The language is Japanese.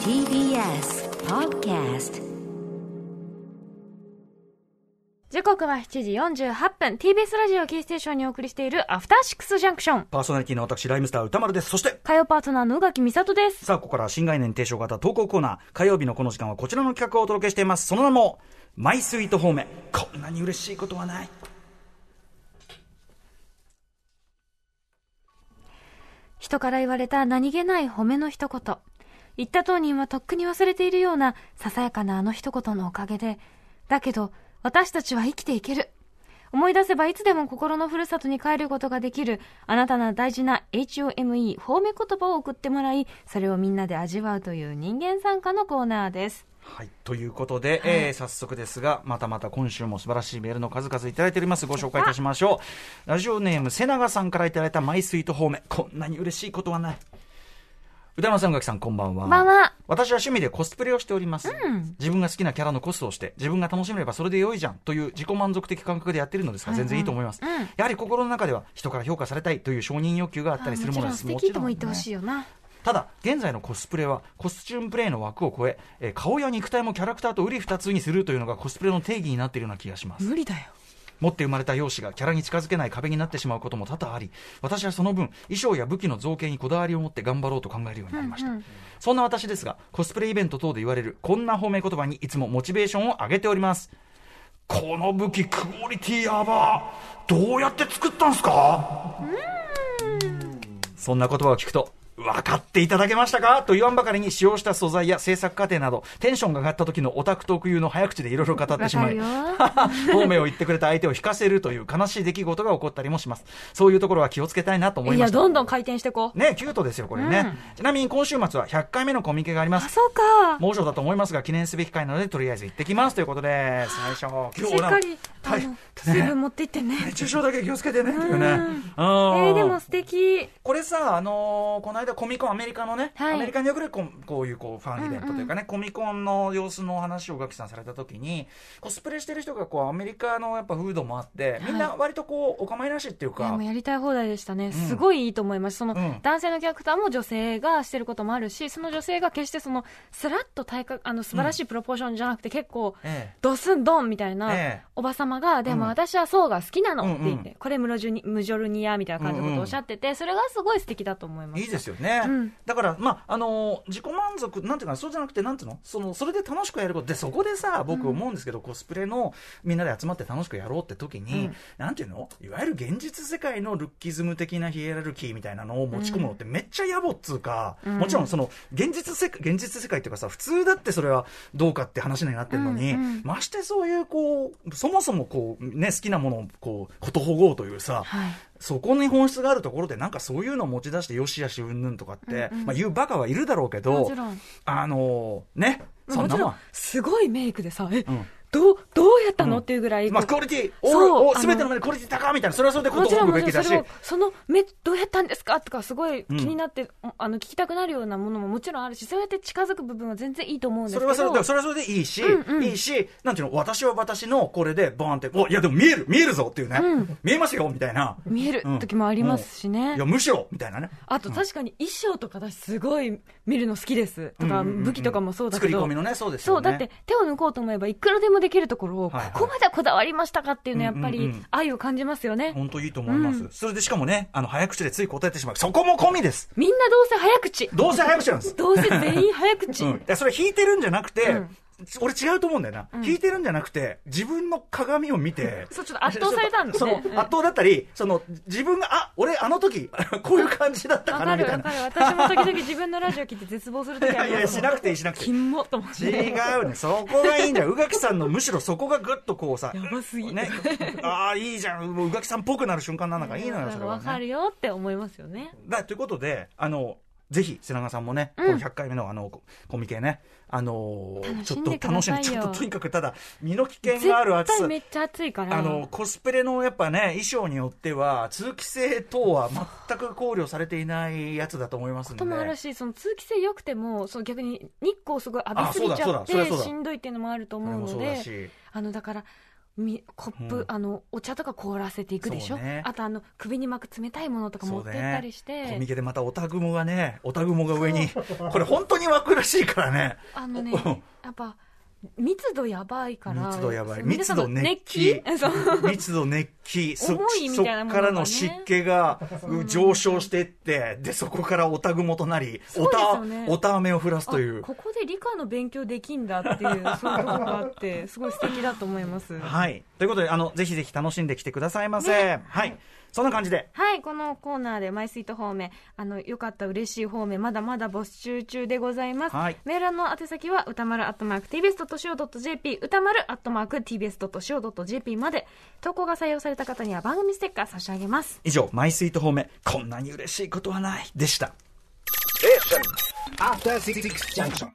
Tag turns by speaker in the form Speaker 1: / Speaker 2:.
Speaker 1: TBS Podcast
Speaker 2: 時刻は7時48分 TBS ラジオキーステーションにお送りしているアフターシックスジャンクション
Speaker 3: パーソナリティの私、ライムスター歌丸です。そして、
Speaker 2: 火曜パートナーの宇垣美里です
Speaker 3: さあ、ここからは新概念提唱型投稿コーナー。火曜日のこの時間はこちらの企画をお届けしています。その名も、マイスイート方面。こんなに嬉しいことはない。
Speaker 2: 人から言われた何気ない褒めの一言言った当人はとっくに忘れているようなささやかなあの一言のおかげでだけど私たちは生きていける思い出せばいつでも心のふるさとに帰ることができるあなたの大事な HOME 褒め言葉を送ってもらいそれをみんなで味わうという人間参加のコーナーです
Speaker 3: はい。ということで、えー早速ですが、またまた今週も素晴らしいメールの数々いただいております。ご紹介いたしましょう。ラジオネーム、瀬長さんからいただいたマイスイート方面。こんなに嬉しいことはない。歌丸さん、宇垣さん、こんばんは。
Speaker 2: こんばんは
Speaker 3: 私は趣味でコスプレをしております、自分が好きなキャラのコスをして自分が楽しめればそれで良いじゃんという自己満足的感覚でやってるのですが全然いいと思います、
Speaker 2: うん
Speaker 3: やはり心の中では人から評価されたいという承認欲求があったりするもの
Speaker 2: あ
Speaker 3: で
Speaker 2: も
Speaker 3: す
Speaker 2: ちろん素敵とも言ってほしい
Speaker 3: ね
Speaker 2: よな、
Speaker 3: ただ現在のコスプレはコスチュームプレイの枠を超ええー顔や肉体もキャラクターと瓜二つにするというのがコスプレの定義になっているような気がします
Speaker 2: 無理だよ
Speaker 3: 持って生まれた容姿がキャラに近づけない壁になってしまうことも多々あり私はその分衣装や武器の造形にこだわりを持って頑張ろうと考えるようになりました、
Speaker 2: うんうん
Speaker 3: そんな私ですがコスプレイベント等で言われるこんな褒め言葉にいつもモチベーションを上げておりますこの武器クオリティやばどうやって作ったんすかそんな言葉を聞くと分かっていただけましたかと言わんばかりに使用した素材や制作過程などテンションが上がった時のオタク特有の早口でいろいろ語って
Speaker 2: わ
Speaker 3: しま
Speaker 2: かる
Speaker 3: い
Speaker 2: よ
Speaker 3: 方面を言ってくれた相手を引かせるという悲しい出来事が起こったりもします。そういうところは気をつけたいなと思い
Speaker 2: い
Speaker 3: ま
Speaker 2: や
Speaker 3: した。
Speaker 2: どんどん回転してこう、
Speaker 3: ね、キュートですよ、これね。ちなみに今週末は100回目のコミケがありま
Speaker 2: あ
Speaker 3: す。
Speaker 2: そうか
Speaker 3: 猛暑だと思いますが、記念すべき回なので、とりあえず行ってきますということです。最初、今日
Speaker 2: しっかりあの、
Speaker 3: はい。
Speaker 2: 水分
Speaker 3: ね
Speaker 2: 持っていってね
Speaker 3: 熱中症だけ気をつけてね、っていうね。え
Speaker 2: えー、でも素敵
Speaker 3: これさ、あのーこの間コミコン、アメリカのね、
Speaker 2: はい
Speaker 3: アメリカによくこうこういうこうファンイベントというかね、コミコンの様子のお話をガキさんされた時に、コスプレしてる人がこうアメリカのやっぱフードもあって、みんな割とこう、お構いなしっていう
Speaker 2: いや
Speaker 3: か、
Speaker 2: もうやりたい放題でしたね、
Speaker 3: ん
Speaker 2: すごいいいと思います、その、
Speaker 3: うん
Speaker 2: 男性のキャラクターも女性がしてることもあるし、その女性が決してそのすらっと体格あの素晴らしいプロポーションじゃなくて、結構、
Speaker 3: ええ
Speaker 2: ドスンドンみたいな、
Speaker 3: ええ
Speaker 2: おばさまが、でも私はそうが好きなのって言って、
Speaker 3: うん
Speaker 2: これムロジュニムジョルニアみたいな感じのことをおっしゃってて、それがすごい素敵だと思います。
Speaker 3: いいですよね、
Speaker 2: うん
Speaker 3: だから、まああのー自己満足、なんていうかな、そうじゃなくて、なんていうのその、それで楽しくやることで、そこでさ、僕思うんですけど、コスプレのみんなで集まって楽しくやろうって時に、
Speaker 2: うん
Speaker 3: なんていうのいわゆる現実世界のルッキズム的なヒエラルキーみたいなのを持ち込むのって、めっちゃ野暮っつうか、
Speaker 2: うん
Speaker 3: もちろん、その現実世界、現実世界っていうかさ、普通だってそれはどうかって話になってるのに、
Speaker 2: うんうん
Speaker 3: ましてそういう、こう、そもそもこう、ね、好きなものを、こう、ことほごうというさ、
Speaker 2: はい
Speaker 3: そこに本質があるところでなんかそういうのを持ち出してよしやしうんぬんとかって、
Speaker 2: うんうん
Speaker 3: まあ、言うバカはいるだろうけ
Speaker 2: も
Speaker 3: ど
Speaker 2: ちろん
Speaker 3: あのーねそ
Speaker 2: も
Speaker 3: んな
Speaker 2: ち
Speaker 3: も
Speaker 2: ろん
Speaker 3: ん、
Speaker 2: すごいメイクでさ、え、
Speaker 3: うん
Speaker 2: どう、どうやったの、
Speaker 3: うん
Speaker 2: っていうぐらい、
Speaker 3: まあ、クオリティ
Speaker 2: そうあ
Speaker 3: オール
Speaker 2: の
Speaker 3: すべての目でクオリティ高みたいなそれはそれでこ
Speaker 2: も
Speaker 3: と
Speaker 2: ち
Speaker 3: を
Speaker 2: ろん、
Speaker 3: 思う
Speaker 2: も
Speaker 3: べ
Speaker 2: ちろん、
Speaker 3: きだ
Speaker 2: そ
Speaker 3: し
Speaker 2: れを、その目、どうやったんですかとか、すごい気
Speaker 3: うん
Speaker 2: になって、おあの、聞きたくなるようなものももちろんあるし、そうやって近づく部分は全然いいと思うんです
Speaker 3: そ
Speaker 2: け
Speaker 3: れ
Speaker 2: ど。
Speaker 3: はそれでそれはそれでいいし、
Speaker 2: うんうん
Speaker 3: いいしなんていうの私は私のこれでバーンっておいやでも見える見えるぞっていうね、
Speaker 2: うん
Speaker 3: 見えますよみたいな。
Speaker 2: 見える
Speaker 3: うん
Speaker 2: 時もありますしね。
Speaker 3: いやむしろみたいなね
Speaker 2: あと、確かに衣装とか私すごい見るの好きです。とか、
Speaker 3: うんうんうんうん
Speaker 2: 武器とかもそうだけ
Speaker 3: 作り
Speaker 2: ど。
Speaker 3: 込みのねそうです
Speaker 2: そ
Speaker 3: よ
Speaker 2: う、
Speaker 3: ね
Speaker 2: だって手を抜こうと思えばいくらでもできるところを、こ
Speaker 3: はいはい
Speaker 2: こまでこだわりましたかっていうのはやっぱ
Speaker 3: うんう
Speaker 2: り
Speaker 3: んうん
Speaker 2: 愛を感じますよね。
Speaker 3: 本当いいと思います、
Speaker 2: うん
Speaker 3: それでしかもねあの早口でつい答えてしまうそこも込みです
Speaker 2: みんなどうせ早口。
Speaker 3: どうせ早口なんです
Speaker 2: どうせ全員早口。
Speaker 3: うん、いやそれ弾いてるんじゃなくて、
Speaker 2: うん
Speaker 3: 俺違うと思うんだよな、弾いてるんじゃなくて自分の鏡を見て
Speaker 2: そうちょっと圧倒されたんです
Speaker 3: そ
Speaker 2: ね
Speaker 3: の圧倒だったりその自分があ俺あの時 こういう感じだった
Speaker 2: わ
Speaker 3: か
Speaker 2: か
Speaker 3: なみ
Speaker 2: る
Speaker 3: たい
Speaker 2: わ
Speaker 3: な
Speaker 2: かる。私も時々自分のラジオ聞いて絶望する時あ
Speaker 3: い
Speaker 2: り
Speaker 3: やい
Speaker 2: ま
Speaker 3: や
Speaker 2: す
Speaker 3: しなくていいしなくてい
Speaker 2: キ
Speaker 3: い
Speaker 2: モと思っ
Speaker 3: 違
Speaker 2: て。
Speaker 3: うねそこがいいんだよ宇垣さんのむしろそこがぐっとこうさ
Speaker 2: やばすぎ
Speaker 3: ね、ああいいじゃんもう宇垣さんっぽくなる瞬間なんだからいいのよそれは、
Speaker 2: わ
Speaker 3: ね、
Speaker 2: かるよって思いますよね。
Speaker 3: だということで、あの、ぜひ、瀬長さんもね、
Speaker 2: うん
Speaker 3: この100回目のあの、ココミケね、あのー
Speaker 2: 楽
Speaker 3: ち
Speaker 2: し
Speaker 3: ょ
Speaker 2: ん
Speaker 3: っ
Speaker 2: で
Speaker 3: と楽し
Speaker 2: く
Speaker 3: み、
Speaker 2: ださい
Speaker 3: ち
Speaker 2: よ
Speaker 3: ょっととにかくただ、身の危険
Speaker 2: 絶
Speaker 3: がある暑さ
Speaker 2: 対め。っちゃ暑いから。
Speaker 3: あの、コスプレのやっぱね、衣装によっては、通気性等は全く考慮されていないやつだと思います
Speaker 2: こ
Speaker 3: ん
Speaker 2: ともある
Speaker 3: で。
Speaker 2: し、その通気性良くても、その逆に日光をすごい浴びすぎちゃ
Speaker 3: あそう
Speaker 2: っ
Speaker 3: だそうだそりゃそう
Speaker 2: て、
Speaker 3: だ
Speaker 2: しんどいっていうのもあると
Speaker 3: それ
Speaker 2: 思う
Speaker 3: もそ
Speaker 2: の
Speaker 3: うだ
Speaker 2: で、
Speaker 3: し。
Speaker 2: あの、だから、みコップ、
Speaker 3: うん
Speaker 2: あのお茶とか凍らせていくでしょ、
Speaker 3: そうね
Speaker 2: あとあの首に巻く冷たいものとか持ってったりして、
Speaker 3: コミケでまたオタグモがね、オタグモが上に、これ本当に湧くらしいからね。
Speaker 2: あのね
Speaker 3: うん
Speaker 2: やっぱ密度やばいから
Speaker 3: 密度やばい。
Speaker 2: そう皆
Speaker 3: 密
Speaker 2: さんの
Speaker 3: 度熱気。
Speaker 2: そう
Speaker 3: 密度熱気。そ
Speaker 2: 重いみ
Speaker 3: そ
Speaker 2: たいな
Speaker 3: っ
Speaker 2: ものがね
Speaker 3: からの湿気が上昇してって、で、そこからオタグモとなり、
Speaker 2: そう
Speaker 3: オ
Speaker 2: です
Speaker 3: タ
Speaker 2: よね、
Speaker 3: オタアメを降らすという
Speaker 2: あ。ここで理科の勉強できんだっていうそういうところがあってすごい素敵だと思います
Speaker 3: はい。ということで、あの、ぜひぜひ楽しんできてくださいませ。はい。そんな感じで、
Speaker 2: はい、このコーナーでマイスイート方面、あの、良かった嬉しい方面、まだまだ募集中でございます。
Speaker 3: はい
Speaker 2: メールの宛先は、歌丸アットマーク tbs.co.jp、歌丸アットマーク tbs.co.jp まで、投稿が採用された方には番組ステッカー差し上げます。
Speaker 3: 以上、マイスイート方面、こんなに嬉しいことはない、でした。
Speaker 4: After Six Junction.